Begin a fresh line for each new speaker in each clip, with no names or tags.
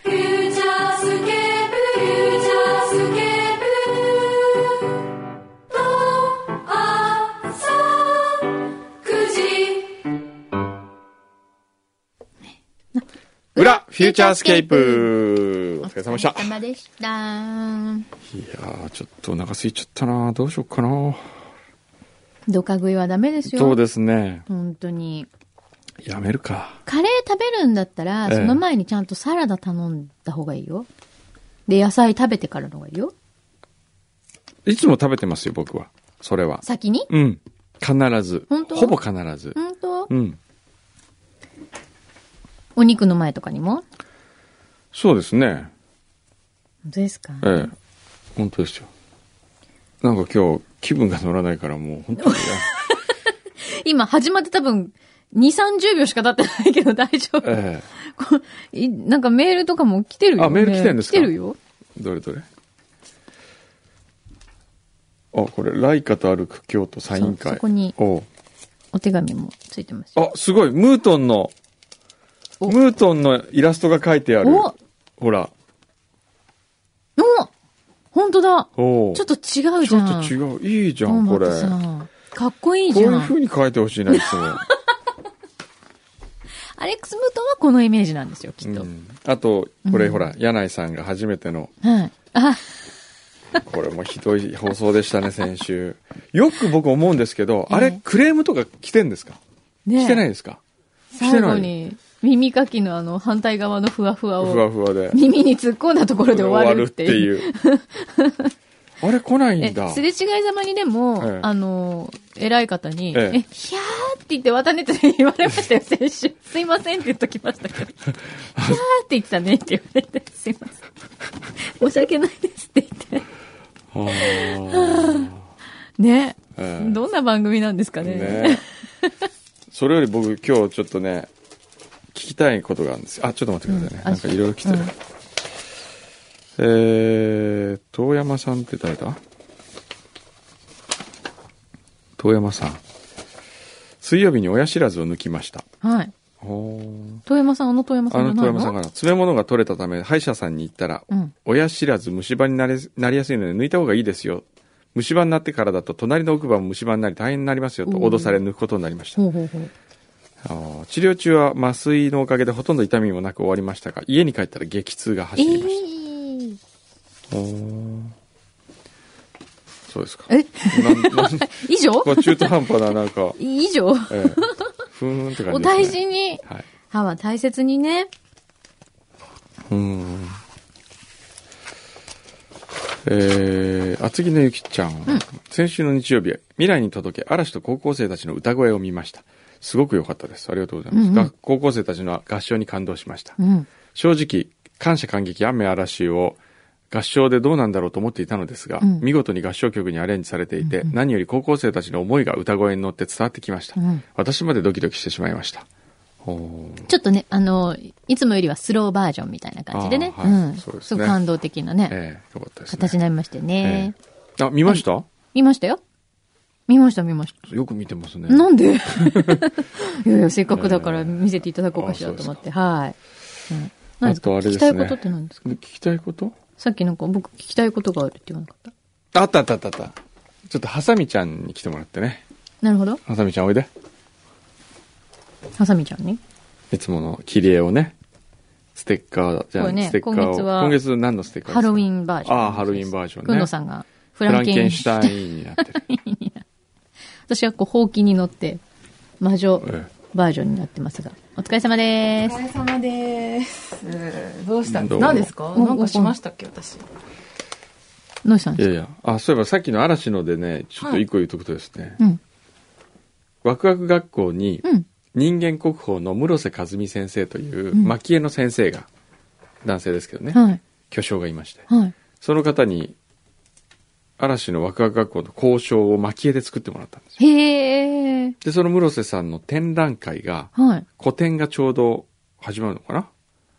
フューチャースケープ、フューチャースケープ、と、あ、さ、くじ、
裏、フューチャースケープお疲れ様でした。い
お疲れ様でした。
やー、ちょっとお腹空いちゃったなどうしよっかな
ドカ食いはダメですよ。
そうですね。
本当に。
やめるか。
カレー食べるんだったら、
ええ
その前にちゃんとサラダ頼んだ方がいいよ。で、野菜食べてからの方がいいよ。
いつも食べてますよ、僕は。それは。
先に
うん。必ず。
本当
ほぼ必ず。
本当
うん。
お肉の前とかにも
そうですね。
本当ですか
ええ。本当ですよ。なんか今日、気分が乗らないからもう、本当に。
今始まって多分、2、30秒しか経ってないけど大丈夫。
え
こいなんかメールとかも来てるよ、ね。
あメール来てんですか
来てるよ。
え。どれどれ。あ、これ、ライカと歩く京都サイン会。
そうそこに
おう
お手紙もついてますよ。
あ、すごい。ムートンの、
お
ムートンのイラストが書いてある
お。
ほら。
お本当だ
おう
ちょっと違う
ち
じ
ょ
ゃん。
っと違う。いいじゃ
うん
ん、これ。
また
こ
さかっこいいうじゃ。
いうん風に書いてほしいな、いつも。
アレックス・ムートンはこのイメージなんですよ、きっと。
うんあと、これ、
うん
ほら、柳井さんが初めての、
はい。あ、
これもひどい放送でしたね、先週。よく僕思うんですけど、
ええ
あれ、クレームとか来てんですか
ねえ
来てないですか来て
最
な
後
い。
に、耳かきのあの、反対側のふわふわ
ふわ
を、
ふわで。
耳に突っ込んだところで終わるっていう。
終わるっていう。 あれ、来ないん
え
だ。、
すれ違いざまにでも、
ええ
あの、偉い方に、
え
え、
え
ひゃーって言って渡ねって言われましたよ、先週。すいませんって言っときまし たけど。ひゃーって言ってたねって言われて、すいません。申し訳ないですって言って。
あー
ね、
ええ
どんな番組なんですかね。
ねそれより僕今日ちょっとね聞きたいことがあるんですよあちょっと待ってくださいね、
うんあ
なんかいろいろ来てる、
うん
えー、遠山さんって誰だ遠山さん水曜日に親知らずを抜きました
はい。
おー
遠山さん、あの遠山さ
あ
んじ
の
ゃな
遠
い
山
の
さんから詰め物が取れたため歯医者さんに行ったら、
うん
親知らず虫歯になれなりやすいので抜いた方がいいですよ虫歯になってからだと隣の奥歯も虫歯になり大変になりますよと脅され抜くことになりました
ほうほうほう。
あの治療中は麻酔のおかげでほとんど痛みもなく終わりましたが家に帰ったら激痛が
え
走りまし
ー、
た、おーそうですか
え
なん なん
以上、
こう中途半端ななんか
以上
ええふーんって感じです、ね、
お大事に。
はい
歯は大切にね。
うーんえー、厚木のゆきちゃん、先週の日曜日未来に届け嵐と高校生たちの歌声を見ましたすごく良かったですありがとうございます、
うんうん
が高校生たちの合唱に感動しました、
うん。
正直感謝感激雨嵐を合唱でどうなんだろうと思っていたのですが、
うん
見事に合唱曲にアレンジされていて、何より高校生たちの思いが歌声に乗って伝わってきました、
うん
私までドキドキしてしまいましたおー
ちょっとね、あの、いつもよりはスローバージョンみたいな感じでね。
あーはい
うん。
そうですね
ごく感動的なね、
ええよかったですね
形になりましたよね、
ええあ見ました、
見ましたよ。見ました、見まし
よく見てますね
た。な んでいやいや、せっかくだから見せていただこうかしらと思って。はい。うん何ですか
あとあれで
聞き
すね
たいことって何ですか
聞きたいこと
さっきなんか僕聞きたいことがあるって言わなかった。
あったあったあったあったちょっとハサミちゃんに来てもらってね
なるほど。
ハサミちゃんおいで
ハサミちゃんに
いつもの切り絵をねステッカーじゃ
こ
あ、
れね
ステッカーを
今月は
何のステッカーですか
ハロウィンバージョン。
ああハロウィンバージョンね
くんのさんがフ
フ
ラ
ラン
ン
ケ
ケ
ン
ン
シ
シ
ュ
ュ
タ
タイン。
インになってる。
私はこう、ほうきに乗って、魔女
え
バージョンになってますが。お疲れ様で
お
す。
疲れ様です。どうしたん
どうも
何ですか
お
なんかしましたっけ私。
のいさん
い
です
やいや、あ、そういえばさっきの嵐のでね、ちょっと一個言うとくとですね、
うん。
ワクワク学校に
うん。
人間国宝の室瀬和美先生という
うん
蒔絵の先生が男性ですけどね、
はい。
巨匠がいまして、
はい。
その方に、嵐のワクワク学校の交渉を蒔絵で作ってもらったんですよ。
へえ。
で、その室瀬さんの展覧会が、
はい。
個展がちょうど始まるのかな、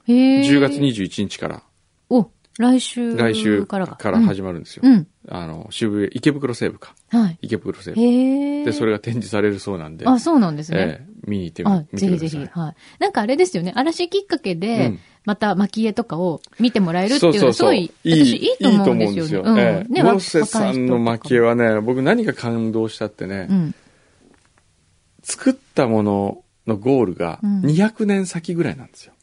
へえ。
?10 月。21日から、
お、来週。
来週か
からか。
ら始まるんですよ。
うんうん。
あの、渋谷、池袋西部か。
はい。
池袋西部。
へえ。
で、それが展示されるそうなんで、
あ、そうなんですね。
ええ見に行ってみ
あ
見
ぜ
て
ひ
く
ぜ
ださ
ひ。
い。
はい。なんかあれですよね。嵐きっかけ
う
で
ん、
また蒔絵とかを見てもらえるって
そ
いう
そう
うのはす
そ
ご
う。
い、私いいと思うんですよね。うん
ええ
ね、
室瀬さんの
若い人とか
蒔絵はね、僕何が感動したってね、
うん。
作ったもののゴールが
うん
200年先ぐらいなんですよ。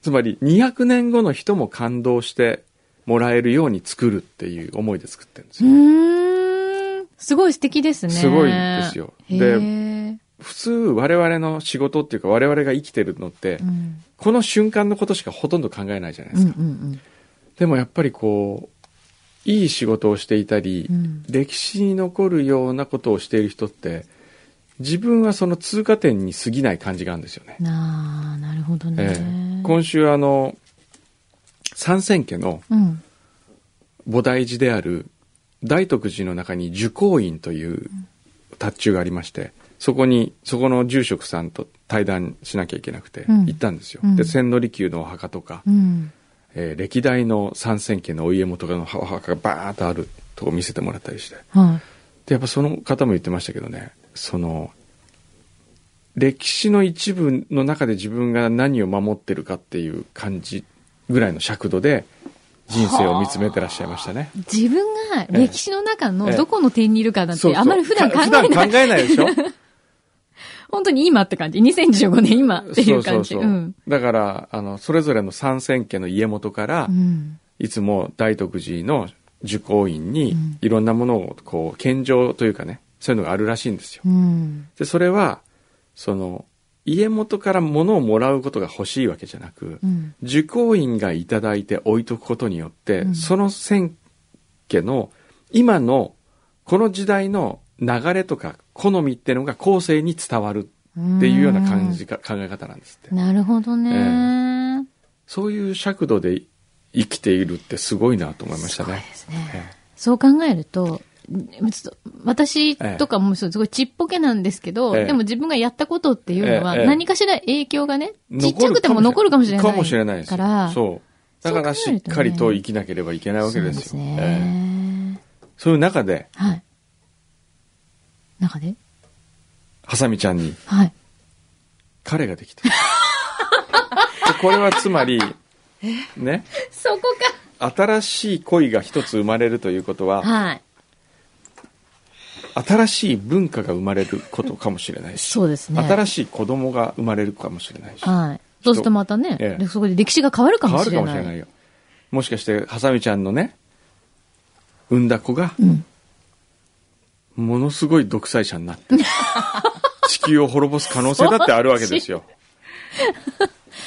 つまり200年後の人も感動してもらえるように作るっていう思いで作ってるんです
う
よ。
ーん。すごい素敵ですね。
すごいですよ
へ
で
ー
普通我々の仕事っていうか我々が生きてるのって、
うん。
この瞬間のことしかほとんど考えないじゃないで
うん
す
う
か。
ん
でもやっぱりこう、いい仕事をしていたり、
うん。うん
歴史に残るようなことをしている人って、自分はその通過点に過ぎない感じがあるんですよね。
なあ、なるほど
え
ね。
え今週あの三千家の
うん。
菩提寺である大徳寺の中に受講院という達中がありましてそこにそこの住職さんと対談しなきゃいけなくて
うん
行ったんですよ、
うん
で千利休のお墓とか、
うん。
えー歴代の三千家のお家元のお墓がバーッとあるとこ見せてもらったりして
はい。
でやっぱその方も言ってましたけどねその歴史の一部の中で自分が何を守ってるかっていう感じぐらいの尺度で人生を見つめてらっしゃいましたね。
自分が歴史の中
ええ
のどこの点にいるかなん
そう
て、
そう
あまり普段考え
普
な
段
い。
考えないでしょ
本当に今って感じ。2015年今 っていう感じ。うん。
だからあのそれぞれの三千家の家元から、
うん。
いつも大徳寺の受講院に
ん
いろんなものをこう献上というかねそういうのがあるらしいんですよ。
うん。
でそれはその家元から物をもらうことが欲しいわけじゃなく、
うん。
受講員がいただいて置いとくことによって、
うん
その千家の今のこの時代の流れとか好みってのが後世に伝わるっていうような感じか、考え方なんですって
なるほどね。
そういう尺度で生きているってすごいなと思いましたね
ですね。そう考えると、んちょっと私とかもそうすごいちっぽけなんですけど、
ええ
でも自分がやったことっていうのは、
ええええ
何かしら影響がね、ちっち
残
ゃ
る
くても残るかもしれない。
かもしれないですよ
から、
そうだから
そう
し
考え
っ
るとね
かりと生きなければいけないわけ
そう
で
です
よ
すね。
ええそういう中で
はい。中で
ハサミちゃんに
はい。
彼ができたで これはつまりね
そこ
新しい恋が一つ生まれるということは、
はい。
新しい文化が生まれることかもしれないし、
そうですね。
新しい子供が生まれるかもしれないし、
はい。そうするとまたね、
ええ
でそこで歴史が変わるか
変
も
わ
し
る
れ
か
ない。
もしれないよ。もしかして、ハサミちゃんのね、産んだ子が、
うん。
ものすごい独裁者にな って、地球を滅ぼす可能性だってあるわけですよ。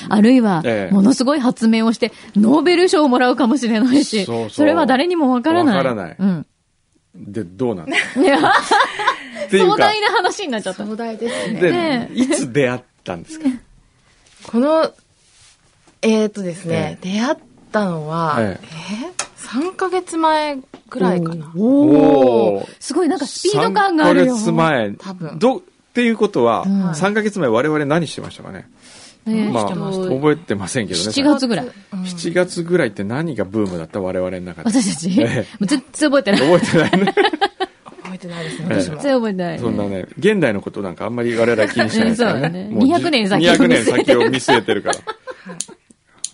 あるいは
え、え
ものすごい発明をして、ノーベル賞をもらうかもしれないし、
そうそう
れは誰にもわからない。
わからない
うん。
で、どうなん だ
いや、
っていう
壮
か、
大な話になっちゃった。
壮大ですね。
で
ね、
いつ出会ったんですか、
この、えー、とですね、出会ったのは、
え
えー、3ヶ月前ぐらいかな。
お
お
お
ー。
すごいなんかスピード感があるよ。
3ヶ月前。
多分
ど、っていうことは、
ん
3ヶ月前我々何してましたかね、
ね
まあ、
してました
覚えてませんけどね。
7月ぐらい。
7月ぐらいって何がブームだった我々の中で。
私たち、
ええ
もう全然覚えてない。
覚えてない
覚
ね。
えてないですね、
え
私
え
も
全。然覚えてない。
そんなね、現代のことなんかあんまり我々は気にしないですからね。
うんそうだね
もうじ
200年先を見
200
据えて
年先を見据えてるから。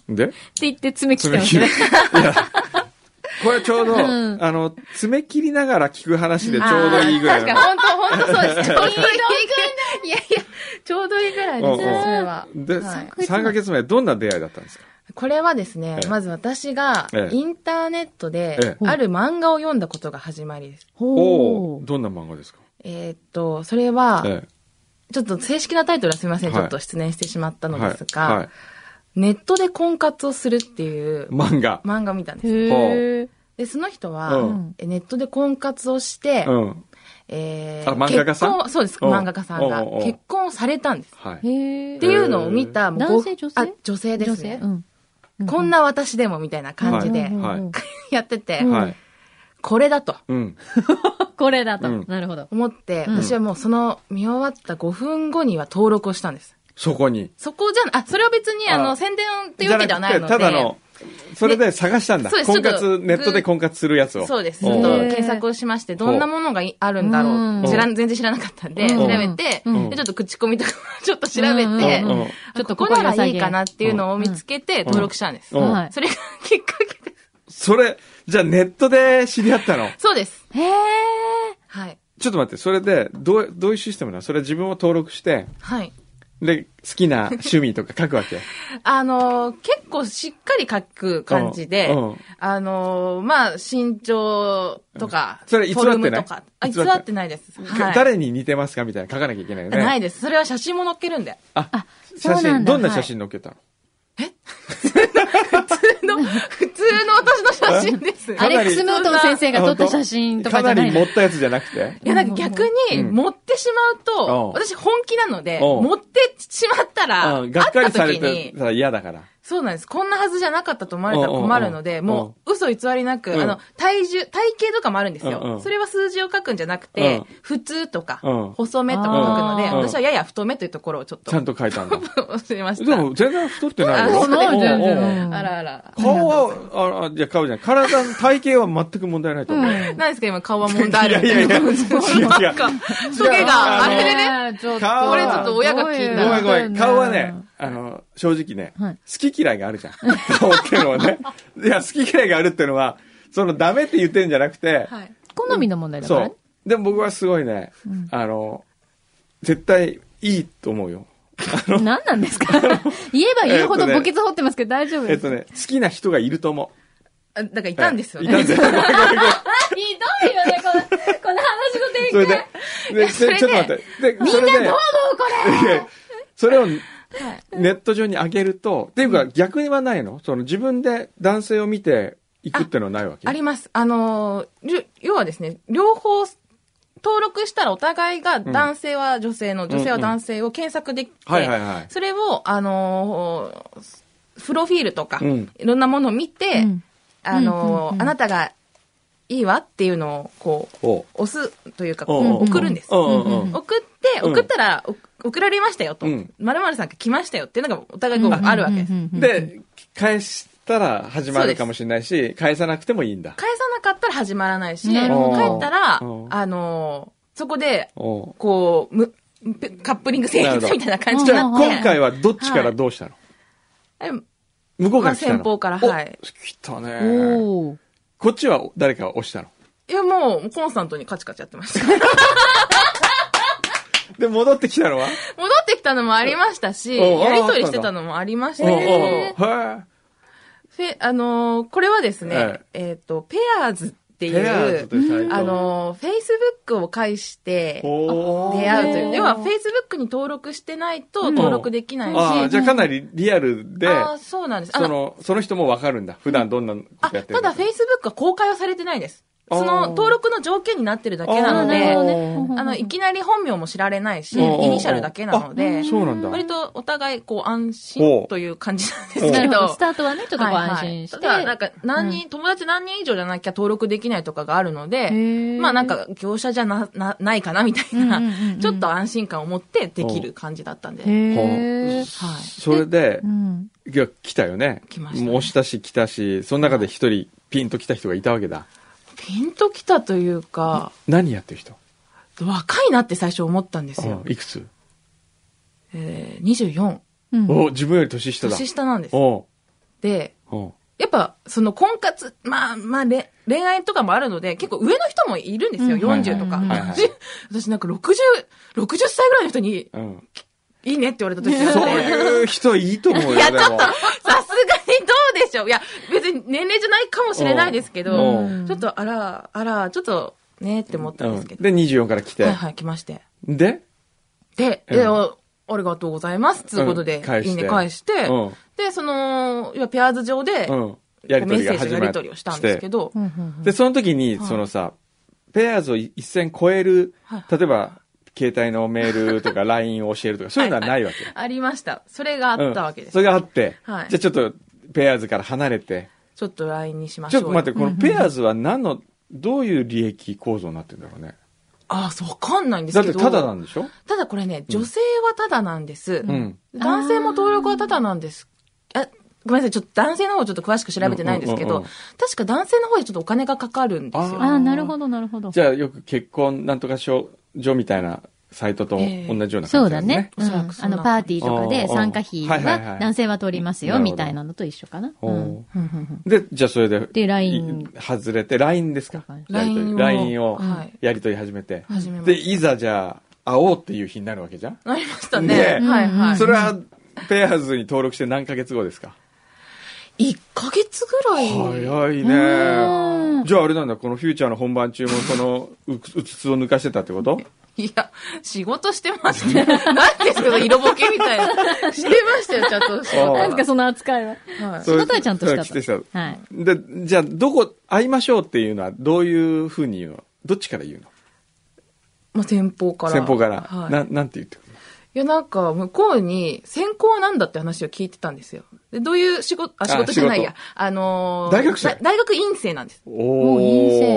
で、
って言って爪切って
爪
ま
切
す
る。い
ね。
や、これちょうど、
うん
あの、爪切りながら聞く話でちょうどいいぐらい
確か
な
に、本当本当そうです。ちょうどいいぐらい。いやいや、ちょうどいいぐらいですね、
うんうん
それは。
で、
はい
3ヶ月前どんな出会いだったんですか
これはですね
ええ、
まず私が
ええ
インターネット
え
で
え
ある漫画を読んだことが始まりです。
お
ほ
おーどんな漫画ですか
えーっと、それは、
え
ちょっと正式なタイトルはすみません、
はい
ちょっと失念してしまった
え
の
はい
ですが、
はい
ネットで婚活をするっていう
漫画。
漫画を見たん
う。
です。
へえ。
で、その人
う
は、
ん
えネットで婚活をして、
うん。
え
あ漫画家さん
結婚そうです、
うん
漫画家さんが
おうおう。
結婚をされたんです。
はい。
へえ
っていうのを見た、もうご
男性女性
あ、女性ですね。
うん。
こんな私でもみたいな感じで、
はいはい
やってて、
はい。
これだと
うん。
これだと。
うん
なるほど。
思って、
うん
私はもうその見終わった5分後には登録をしたんです。
そこに。
そこじゃな、あ、それは別にあの、
あ
宣伝というわけではないので。
じゃくてただの、それで探したんだ。
そうです
婚
ちょ
活、
っと
ネットで婚活するやつを。
そうです。ち
お
ょ
う
っと
へー
検索をしまして、どんなものがいあるんだ
う
ろ
ん
う。知らん、全然知らなかったんで、
うん
調べて、
ん
でちょっと口コミとか ちょっと調べ
うん
て、
う
うんん
あここならいいかなっていうのを見つけて登録したんです。
うんうん
はい
それがきっかけです。
それ、じゃあネットで知り合ったの。
そうです。
へえ。
はい。
ちょっと待って、それで、どう、どういうシステムなのそれは自分を登録して、
はい。
で、好きな趣味とか書くわけ。
あのー結構しっかり書く 感じで、
うんうん
あのーまあ、身長とか、
それ偽ってない
フォルムとかあ、偽ってないです。はい、
誰に似てますかみたいなの書かなきゃいけないよね。
ないです。それは写真も載っける んで。
あ、
そう
写
なんだ
真、どんな写真載っけたの、
普通の、普通の私の写真です。
ア
か
レ
な
ッ
り
クス・ムートン先生が撮った写真とかじゃ
か
な
ないり持
の
ったやつじゃなくて。
いや、なんか逆に、
うん
持ってしまうと、
うん
私本気なので、
うん
持ってしまったら、会
うん、
っ
がっかり
た
され
時
て
に、
たら嫌だから。
そうなんです。こんなはずじゃなかったと思われたら困るので、
うんうんうん
もう、嘘偽りなく、
うん
あの、体重、体型とかもあるんです
うんう
よ。
ん
それは数字を書くんじゃなくて、
うん
普通とか、
うん
細めとか書くので、
あ
ー
私はやや太めというところをちょっと
ちゃ、んと書いたんだ。
教えまし
でも
た。
全然太ってないよ。
あそうなんだ
うん
全然
うん
あらあら。
顔は、あ、あじゃあ顔じゃない。体の体型は全く問題ないと思う。
何ですか今顔は問題あるみた
いやいやい や違う違
な
うん
か、トゲが、あれでね、
ね、ちょっと
顔はこれちょっ
と親が聞いた
ごめんごめん。顔はね
うん、
あの、正直ね、
はい
好き嫌いがあるじゃん。顔っていうのはね。いや、好き嫌いがあるっていうのは、そのダメって言ってんじゃなくて、
はい。
好みの問題だか
そ
らね
う。。でも僕はすごいね、あの、絶対いいと思うよ。
何なんで すか言えば言うほど墓穴掘ってますけど大丈夫
え
で
っ
す。
とね、好きな人がいると思。
あだからいうたんですよね。
いたんですよ。ごめんごめんごめん
ひどいよね、この、 この
それで。、で、
話の展開
ち
そ
ょ
れで
ちょっと待って。で、それで、
どうもこれ
いやそれをネット上に上げると、っていうか逆にはないのその自分で男性を見ていくっていうのはないわけ
あります。あのー、りゅ要はですね、両方登録したらお互いが男性は女性の、女性は男性を検索できて、
はいはいはい
それを、あのー、プロフィールとか、
うん
いろんなものを見て、
うん
あのー、
うんうんうん
あなたがいいわっていうのを、こう、
おう
押すというか、こ
おう
う
おう
送るんです。
うんうんうん。
送って、
うん
送ったら、お送られましたよと。
う
〇
ん
〇さんが来ましたよっていうのがお互いこうあるわけです。
で、返したら始まるかもしれないし、返さなくてもいいんだ。
返さなかったら始まらないし、帰
なるほ
ど
ったら
う、ん
あのーそこで、
おう
こう、む、カップリング成
なるほ
立
ど
みたいな感じ
じ
に
ゃあ
なっ
今
て、
回はどっちからどうしたの
え
向こうから来た
ま
の
あ先方からはい
お来たね。
おー
こっちは誰か押したの
いやもう、コンスタントにカチカチやってました。
で、戻ってきたのは
戻ってきたのもありましたし、
おうおう
やりとりしてたのもありました
おうおう
けど、
へ
フェあのーこれはですね、えっ、と、ペアーズって
え
い
ペアーズ
う
と、いうタイ
あ
トル
のー、フェイスブックを介して、
おー
出会うとい
お
う。
ー
要は、フェイスブックに登録してないと登録できないし、
ああ、じゃあかなりリアルで、
ああ、そうなんです。あ
その、その人もわかるんだ。普段どんなこ
あ、
とや
た
ってる
だ
か
Facebook は公開はされてないです。
あー
その登録の条件になってるだけなの
あーなるほど
で、
ね
あの、いきなり本名も知られないし、イ
あー
ニシャルだけなの
あ
で、
そうなんだ。
割とお互いこう安
ほう
心という感じなんですけど。
なるほど。ス
ち
タートはね、ちょっとご安心して。
ただ、なんか、何人、友達何人以上じゃなきゃ登録できないとかがあるので、
へー
まあなんか、業者じゃな、な、ないかなみたい
うんうんうんう
な、
ん
ちょっと安心感を持ってできる感じだったんで、はい。
へー
それで
う、ん。
いや、来たよね。
来ましたね
もう押したし来たし、その中で一人ピンと来た人がいたわけだ。
ピンときたというか、
何やってる人
若いなって最初思ったんですよ
う。んいくつ
えー、24。
うん
お自分より年下だ。
年下なんです。
お
で、
お
やっぱ、その婚活、まあまあ、れ恋愛とかもあるので、結構上の人もいるんですよ、
うん
40とか。
はい
はいはい
私なんか60、60歳ぐらいの人に、
うん。
いいねって言われた時があって
そういう人いいと思うよ、で も。
さすがにどうでしょういや、別に年齢じゃないかもしれないですけ
う
ど、
ん
ちょっと、あら、あら、ちょっと、ねって思ったんですけど。
で、24から来て
はい。はい、来まして。
で
で、で、
うん
あありがとうございます、つうことで
うん、返して
いいね返して
うん、
で、その、要はペアーズ上で、
う
こ
ん。や
う
り
メッ
とり
セ
が
ージ
始
の
ま
やり取りをしたんですけど、
で、その時に、そのさ、ペアーズを1000超える、例えば、携帯のメールとか LINE を教えるとか、そういうのはないわけ。
ありました。それがあったわけです。
それがあって、
はい
じゃあちょっと、ペアーズから離れて。
ちょっと LINE にしまし
ち
ょ
ょ
う
っ
よ。
と待って、このペアーズは何の、どういう利益構造になってるんだろうね。
ああ、そうわかんないんです
だっ
け
て
ど。
ただなんでしょ
ただこれね、女性はただなんです。
うん。
男性も登録はただなんです。あ、ごめんなさい。ちょっと男性の方ちょっと詳しく調べてないんですけ
うんうんうん
ど
うん、
確か男性の方でちょっとお金がかかるんですよ。
ああ、なるほど、なるほど。
じゃあよく結婚なんとか賞状みたいなサイトと同じ
え
ような感じだね。
そうだね。
お
うん
そらくそ
あ
んな
の、パーティーとかで参加費
おーおーはいはいは
はい男性は取りますよ、
なるほど
みたいなのと一緒かな。う
お
ん
ーで、じゃあそれで、
で LINE
い外れて、LINE ですかやりと
LINE
り
を
?LINE を
はい
やりとり始めて。
始めま
で、
し
いざじゃあ、会おうっていう日になるわけじゃん
た。なりました
ね
ね。はいはい。
それは、ペアーズに登録して何ヶ月後ですか
1ヶ月ぐらい。
早いねじゃああれなんだ、このフューチャーの本番中もその、ううつつを抜かしてたってこと
いや、仕事してま して。なんですけど、色ぼけみたい な。してましたよ、ちゃんと仕事
あー
は。
なんですか、その扱いは。
はい
仕事はちゃんとしたと
それそれ来てた
はい。
で、じゃあ、どこ、会いましょうっていうのは、どういうふうに言うのどっちから言うの
まあ、先方から。
先方から。
はい。
ななんて言ってくる
いや、なんか、向こうに、専攻はなんだって話を聞いてたんですよ。で、どういう仕事、あ、仕事じゃないや
仕。
あのー
大学生
だ大学院生なんです。
お
おー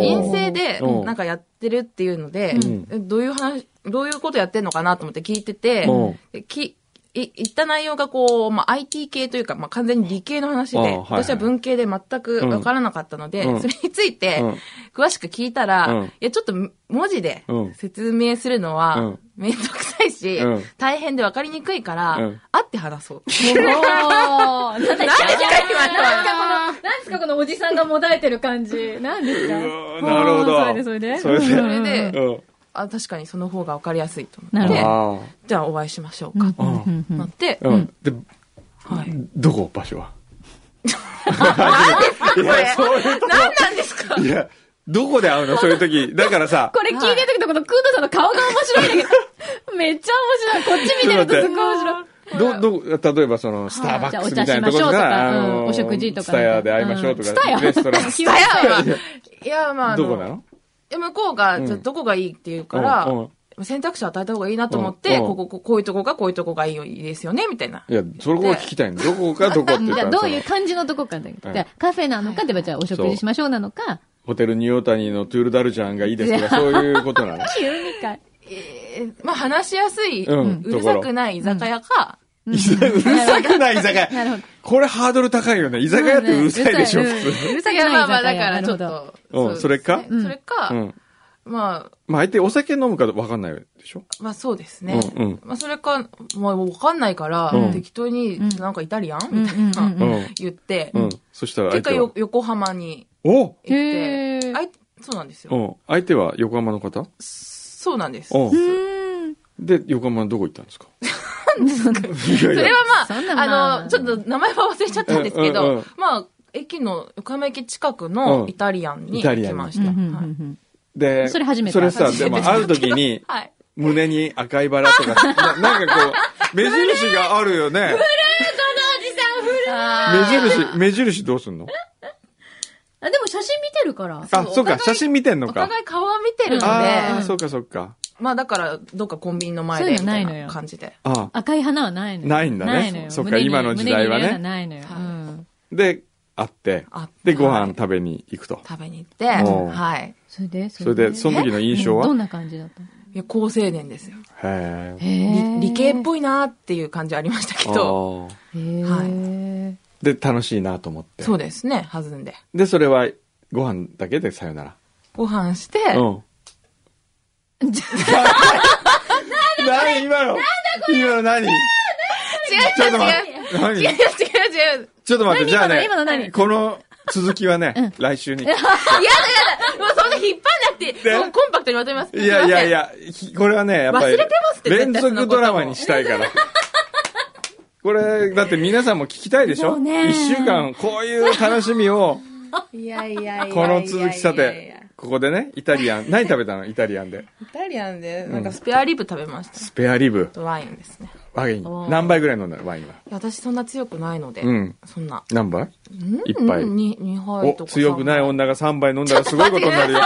院生で
う、ん
なんかやってるっていうので、
ん
えどういう話、どういうことやってんのかなと思って聞いてて
うん、
でき、い、言った内容がこう、まあ、IT 系というか、まあ、完全に理系の話で、
あはいはい
私は文系で全くわからなかったので、
うん
それについて
うん、
詳しく聞いたら、
うん
いや、ちょっと文字で
うん
説明するのは、
うん
めんどくさいし、
うん
大変でわかりにくいから、
うん
会って話そう。
おー何で
何ですか
すか
今のは
何ですかこのおじさんがもだえてる感じ。何ですか
うわなるほど
おーそれでそれで。
そ
そ
れで
れで
うん
うん。
あ、確かにその方がわかりやすいと
な
思って
るほど、
あ
じゃあお会いしましょうか、
あ。うん。
なって、
うん。で、
はい。
どこ場所は
これ、
やそういう
何なんですか
いや、どこで会うのそういう時。だからさ、
これ聞いてる時のこのクードさんの顔が面白いんだけど、めっちゃ面白い。こっち見てるとすごい面白い。
ど、ど、例えばその、スターバックスみたいなところが、
じゃあお茶しましょうとか
あの
うんお食事とか
スタヤで会いましょうとか、
うんスタヤ
レストラ ン。
いやいやいや、まああ、
どこなの
え向こうが、
ん
じゃあどこがいいって言うから、
うん
選択肢を与えた方がいいなと思って、
うん
ここ、ここういうとこがこういうとこがいいですよね、みたいな。
いや、それを聞きたいの。どこかどこって言っ
じ
た
ゃあ
ら
ど
そうの
いう感じのとこかだけど。
うん
じゃあカフェなのか、でもじゃあお食事しましょうなのか、
ホテルニューオータニのトゥールダルジャンがいいですとか、そういうことなの。
急にかい。
えーまあ、話しやすい、
う
うんるさくない居酒屋か、
うるさくない居酒屋。
なるほど
これハードル高いよね。居酒屋ってうるさいでしょ、
うん
普通。
うるさく
い
ない
や
居酒屋。
まあまあ、だからちょっ
なるほど。
と、
うん
うですね
それか
それか、
うん。
まあ、
まあ、相手お酒飲むか分かんないでしょ
まあそうですね。
うんうん
まあそれか、まあわかんないから、
うん
適当に
ん
なんかイタリアン、
ん
みたいな、
うん
うん。
言って、
うん。そしたら
結
相
果
手は
よ。横浜に
お
行っ
へ
て
ー、
あいそうなんですよ。
うん。相手は横浜の方
そうなんです。
う
そ
ん。
うん。
で、横浜のどこ行ったんですかいやい
れ
や
は
そん
ま
な
あ、
まあまあ
あの、ちょっと名前は忘れちゃったんですけ
うんうんう
ど
ん、
まあ、駅の、横浜駅近く
う
の
ん
イタリアンに
イタリ
行き
アンに
まし
うん
た。
うんうんう
はい
ん
で、
それ初めて
それさ、
初
で
めて
も会う時に、
はい。
胸に赤いバラとか、ななんかこう、目印があるよね。
あ
目印、目印どうすんの
あ、でも写真見てるから。
あ、そうか、写真見てん
ー
の
お
か。
互い顔は見てるの
ああ、
で、
そうか、そうか。
まあだから、どっかコンビニの前
そう
で、
い
み
うのな
た
い
い
のよ
な感じで。
ああ
赤い花はないのよ
ないんだね
ないのよ。
そっか
胸に
今の時代はね
胸に入れるのないのよ。うん。
で、会って
あ、
で、ご飯
はい
食べに行くと。
食べに行って、
おー
はい。
それで
それで、その時の印象
ど
は
んな感じだったの
いや高青年ですよ。
へえ。
へー
理理系っぽいなっていう感じありましたけど、
ああ
へー
で、楽しいなと思って。
そうですね、弾んで。
で、それは、ご飯だけでさよな
ご飯して、
ら。うん。何今の今の何
違う
ちょっと待
違う違う違う違う
って。何
違う。
ちょっと待って、じゃあね
今の何、
この続きはね、来週に。
やだやだもうそんな引っ張んなくて、
で
もうコンパクトにまとめます。
いやいやいや、ひこれはね、やっぱり
忘れてますって絶対
連続ドラマにした いから。これ、だって皆さんも聞きたいでし
そ
ょ
うね
一週間、こういう楽しみを、
すいません。いやいやいやいや
この続きさ
いやいや
て、ここでね、イタリアン、何食べたのイタリアンで。
イタリアンで、なんかスペアリブ食べました。
スペアリブ、
とワインですね。
ワイン。
おー
何杯ぐらい飲んだのワインは。
いや私そんな強くないので、
うん
そんな。
何杯
うん
一杯
うんに二杯
お、
とか。
強くない
や
女が3杯飲んだらすごいことに なるよ。
め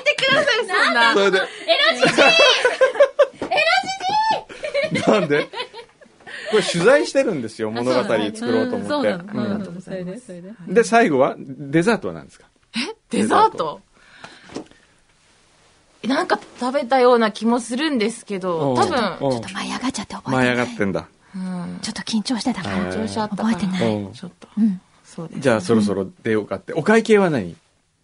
てください、そんな。
それで。 エロジジーエロジジーなんでこれ取材してるんですよ、
あ
物語作ろうと
んそ
思っ
う
て。
なの
ありが
うん
とうございます
それで、それで。
で、最後は、デザートは何ですか
デザートなんか食べたような気もするんですけど、多分、
ちょっと
舞い上がっちゃって覚
舞い
え
上
て
が
ない。
ってんだ。
うん、
ちょっと緊張してたから。
はい
調子あったか
覚えてない
うん
ちょっと。
うん。
そうです。
じゃあ、そろそろ出ようかって。お会計は何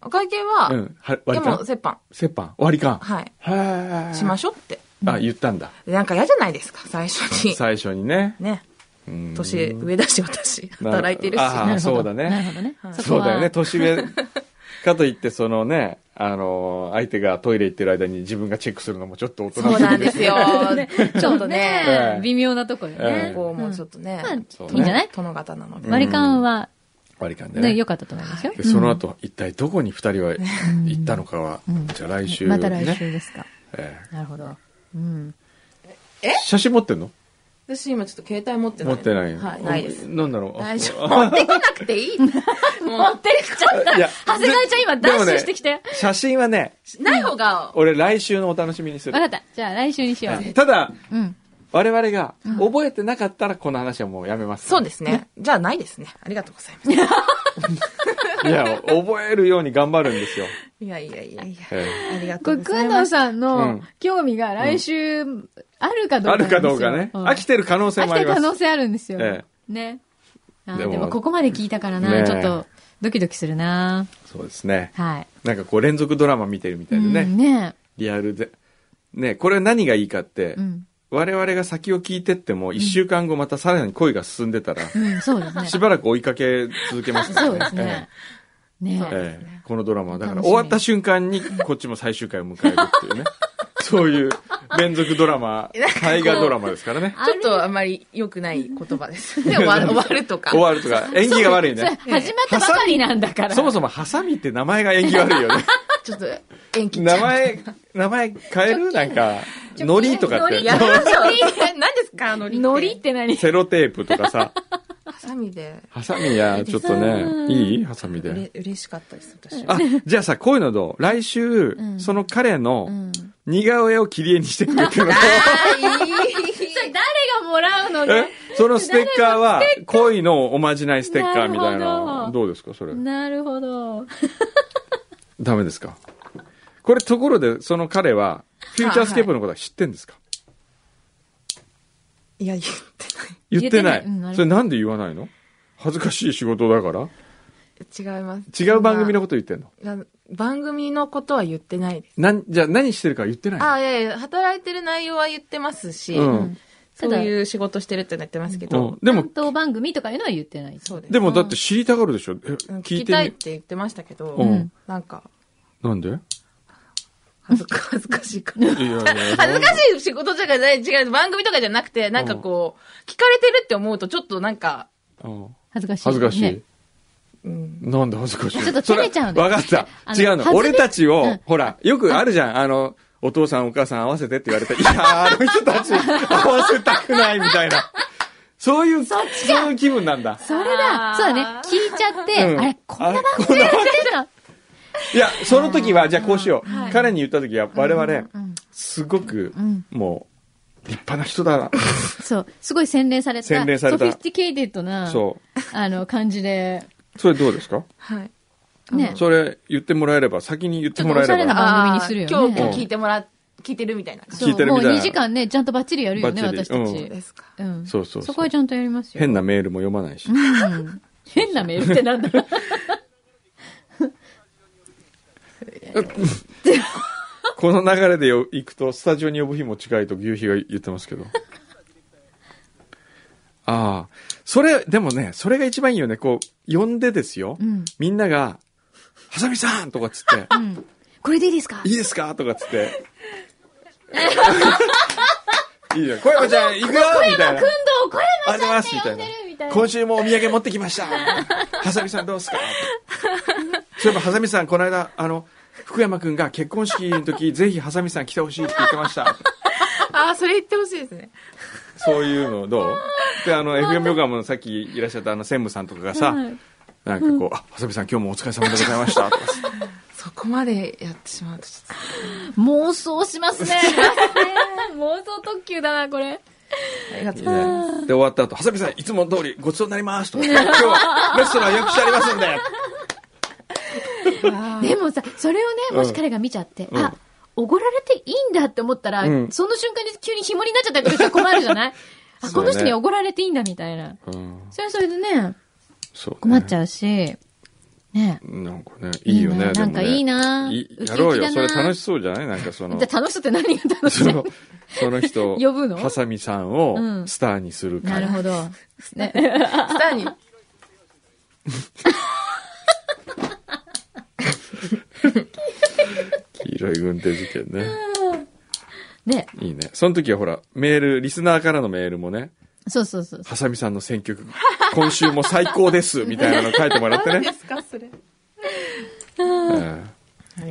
お会計は、
うん。は
で
割り
も、
勘
折半、
折半割り勘
はい、
は
しま
し
しょうって。
あ、言ったんだ。
なんか嫌じゃないですか、最初に。
最初にね。
ね。
うん
年上だし、私。
な
働いてるし。
あー
なるほど
そうだね
なるほどね。こ
そう
は
だよね。。年上。かといって、そのね、あのー、相手がトイレ行ってる間に自分がチェックするのもちょっと大人
そうなんですよ。ちょっと ね。
ええ
微妙なとこよ
ええ
ね。
こうもちょっとね
まあ、。いいん
そうね
じゃない
殿方なので。
割り勘は、
割り勘でね。
ね、良かったと思いますよ
で。その後、一体どこに二人は行ったのかは、じゃあ来週、ね。
また来週ですか。
え
なるほど。うん。
え写真持ってんの
私今ちょっと携帯持ってない。
持ってない。
はい、ないです。
なんだろう。
大丈夫。
あ
持ってこなくていい。もう、
出てきちゃった
いや
長谷川ちゃん今ダッシュしてきて。
写真はね、
ない方が、
俺来週のお楽しみにする
わ。かった。じゃあ来週にしよ
ただ、
う。うん。
我々が覚えてなかったらこの話はもうやめます。
そうですね。じゃあないですね。ありがとうございます。
いや、覚えるように頑張るんですよ。
いやいやいやいや。
え
ありが
こと
う
れ、
ご
く
ざい
んの
ます。
さん
う
の
ん
興味が来週、あるか
え
どうか。
あるかどうかね。飽きてる可能性
飽
も
き
あ
て
り
る
ま
可
す。
能性あるんですよ。
え
ね。あ
で
ー
も
でも、ここまで聞いたから
ねえ
な、ちょっと、ドキドキするな。
そうですね。
はい。
なんかこう連続ドラマ見てるみたいで
うん
ね。
ね
リアルで。ね、これは何がいいかって、
えうん。
我々が先を聞いてっても、一週間後またさらに恋が進んでたら、
うん、そうで すね
し。ばらく追いかけ続けますから
そうですね。ね
ええええこのドラマは、だから
楽しみ
終わった瞬間にこっちも最終回を迎えるっていう ね。そういう連続ドラマ、大河ドラマですからね。
ちょっとあまり良くない言葉です。で、終わる終わるとか。
終わるとか、縁起が悪いね。
え。始まったばかりなんだから。
そもそもハサミって名前が縁起悪いよね。
ちょっと延期
名前、名前変えるなんか、ノリとかって。
やめましょう。何ですか、のり。
ノリっ。て何
セロテープとか さ。
ハサミで。
ハサミや、ちょっとね、いいハサミ
う
で。
れ嬉しかったです、私は。
あ、じゃあさ、こういうのどう来週、
ん
その彼
う
の
ん。そ
似顔絵を切り絵にしてくれ っていうのと
れ誰がもらうの
え
ね。
そのステッカー は、恋のおまじないステッカーみたい
なる
な。
ほど
どうですかそれ。
なるほど。
ダメですかこれ、ところで、その彼は、フューチャースケープのことは知ってんですか
いや、言って
言ってない
言ってないうんなるほ。ど
それなんで言わないの恥ずかしい仕事だから
ない。違います。
違う番組のこと言ってんの
いや番組のことは言ってないです。
なん、じゃあ何してるか言ってないの
あ、いやいや、働いてる内容は言ってますし、
うん。
そういう仕事してるってのは言ってますけ
う
ど
ん、で
担
も、
当番組とかいうのは言ってない。
そうです。
でもだって知りたがるでしょえ
うん
聞
聞
い
き
て
たいっ
み。
て言ってましたけど、
うん
なんか、
なんで
恥ずか恥ずかしいから。
いやいや
恥ずかしい仕事とかない、違う、番組とかじゃなくて、なんかこう、聞かれてるって思うと、ちょっとなんか、
うん
恥ずかしい。
恥ずかしい。
ね
うん、
なんで恥ずかしい
ちょっと照れちゃう
の
の
わかった
あ。の
違うの。
外れ
俺たちを、
うん
ほら、よくあるじゃん。あの、お父さんお母さん合わせてって言われて、いや ー、あの人たち合わせたくないみたいな。そういう、そういう気分なんだ。
それだ。そうだね。聞いちゃって、
うん
あれ、こんな番
あこん
組
な
やってんの
いや、その時は、じゃあこうしよう。彼に言った時は、我々、
うん
すごく
ん、
もう、立派な人だな。
そう。すごい洗練された。
洗練された
ソフィスティケイテッドな、
そ
あの、感じで。
う。それどうですか
はい。
ね。
それ言ってもらえれば、先に言ってもらえ
ちょっと
れ
おし
ば。
ゃれな番組にするよね
あー今日、今日聞いてもら、聞いてるみたいな感
そう
聞いてるみたいな
もう2時間ね、ちゃんとバッチリやるよね、
バッ
私
チリ
た
じ
ち。
ですか。
うん。
そうそうそう
そこはちゃんとやりますよ。
変なメールも読まないし。
うん変なメールってなんだろう
この流れでよ行くと、スタジオに呼ぶ日も近いと牛皮が言ってますけど。 ああ。それ、でもね、それが一番いいよね。こう、呼んでですよ。
ん
みんなが、はさみさんとかっつって、
これでいいですか
いいですかとかっつって。 いいじゃん。小山ちゃん、行くよみたいな。
どうこれ
ありがとうございますみたいな。今週もお土産持ってきま した。はさみさんどうすかそういえば、はさみさん、この間、あの、福山くんが結婚式の 時、ぜひはさみさん来てほしいって言ってました。
ああ、それ言ってほしいですね。
そういうのどうで、あの、FM 横浜のさっきいらっしゃったあの、専務さんとかがさ、なんかこう、あ、はさみさん今日もお疲れ様でございま した。とかさ
そこまでやってしまうと、ちょっ と
妄想しますね。妄想特急だな、これ。
ありがとうございます。
ねで、終わった後、ハサミさん、いつもの通りごちそうになります とか、今日はレストラン予約してありますんで。
でもさ、それをね、も
う
し
ん
彼が見ちゃって、
うん
あ、おごられていいんだって思ったら、
うん
その瞬間に急に紐になっちゃったりすると困るじゃない あ、
そ
こ
うね
の人におごられていいんだみたいな。
うん、
それはそれでね、
そう、ね。
困っちゃうし、ね。
なんかね、いいよね、
いい
でもね
ななんかいいなウキウキ
やろうよ、
だな
それ楽しそうじゃないなんかその
じ、ゃあ楽しさって何が楽し
そ
い
の、その人、
呼ぶの
ハサミさん
う
を
ん
スターにするか
なる
ら。
ほど。ね。
スターに、
黄色い軍手事件ね。
ね。
いいね。その時はほら、メール、リスナーからのメールもね、
そうそうそう。
ハサミさんの選曲、今週も最高です、みたいなの書いてもらって
何
ね
で。すか、それ。
うん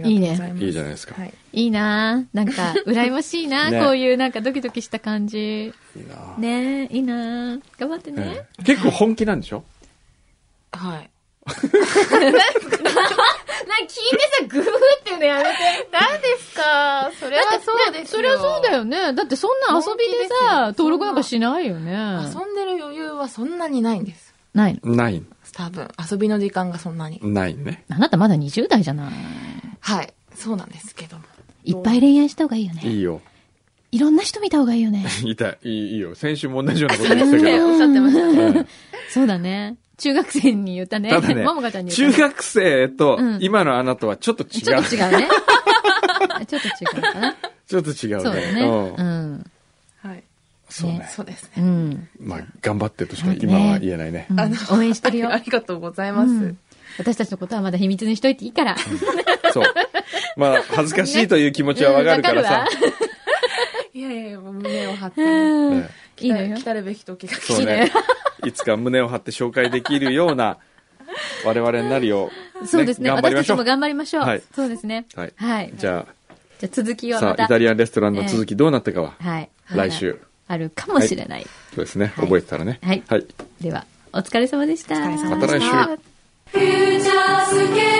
いいね
いいじゃないですか。
はい。
いいなぁなん か、羨ましいなぁ、
ね
こういうなんかドキドキした感じ。
いいな
ねいいなぁ頑張ってね。
ええ結構本気なんでしょ
はい。
なんか聞いてさ、グーっていうのやめ て。
何ですかそれはそうです
そりゃそうだ
よ。
よね。だってそんな遊びでさ、
本気ですよ
登録なんかしないよね。な
遊んでる余裕はそんなにないんです。
いの。
ない、
多分、遊びの時間がそんなに。
ないね。
あなたまだ20代じゃない。
はい。そうなんですけども。
いっぱい恋愛した方がいいよ
い
ね。
いよ。
いろんな人見た方がいいよね。
痛いいい、いいよ。先週も同じようなこと言ってたけど。
おっしゃってました。
うん
そうだね。中学生に言ったね。
ただ ね
ももかちゃん、に
中
言ったね。
学生と
うん
今のあなたはちょっと違う。
ちょっと違うね。 ちょっと違うかな。
ちょっと違うね。
そうだね。
う
うんん。
はい。
そうね。
そうです
う
ね。
ん。
まあ、頑張ってとしか
そうね
今は言えないね
う。ん
あの
応援してるよ
あ。りがとうございま
う
す
ん。私たちのことはまだ秘密にしといていいから。
そう。 まあ、恥ずかしいという気持ちはわかるからさ。
いやいやいや、もう胸を張って。
うん
ね
いいのよ
来。たるべき時が来
そうね。いつか胸を張って紹介できるような我々になるよう、
そうですね。
頑張りま
私
した
ち
ょ
も
う。
頑張りましょ
は
う
い。
そうですね。
はい
はい。
じゃ
じゃあ続き
あ、
は
さ
ま
あ、イ
た。
タリアンレストランの続きどうなったかは、
はい。
来週。
あるかもしれない。
そうですね。
い
覚えてたらね。
はい
はい。
では、お疲れ様でした。
お疲れ様
また来週。
フューチャースケープ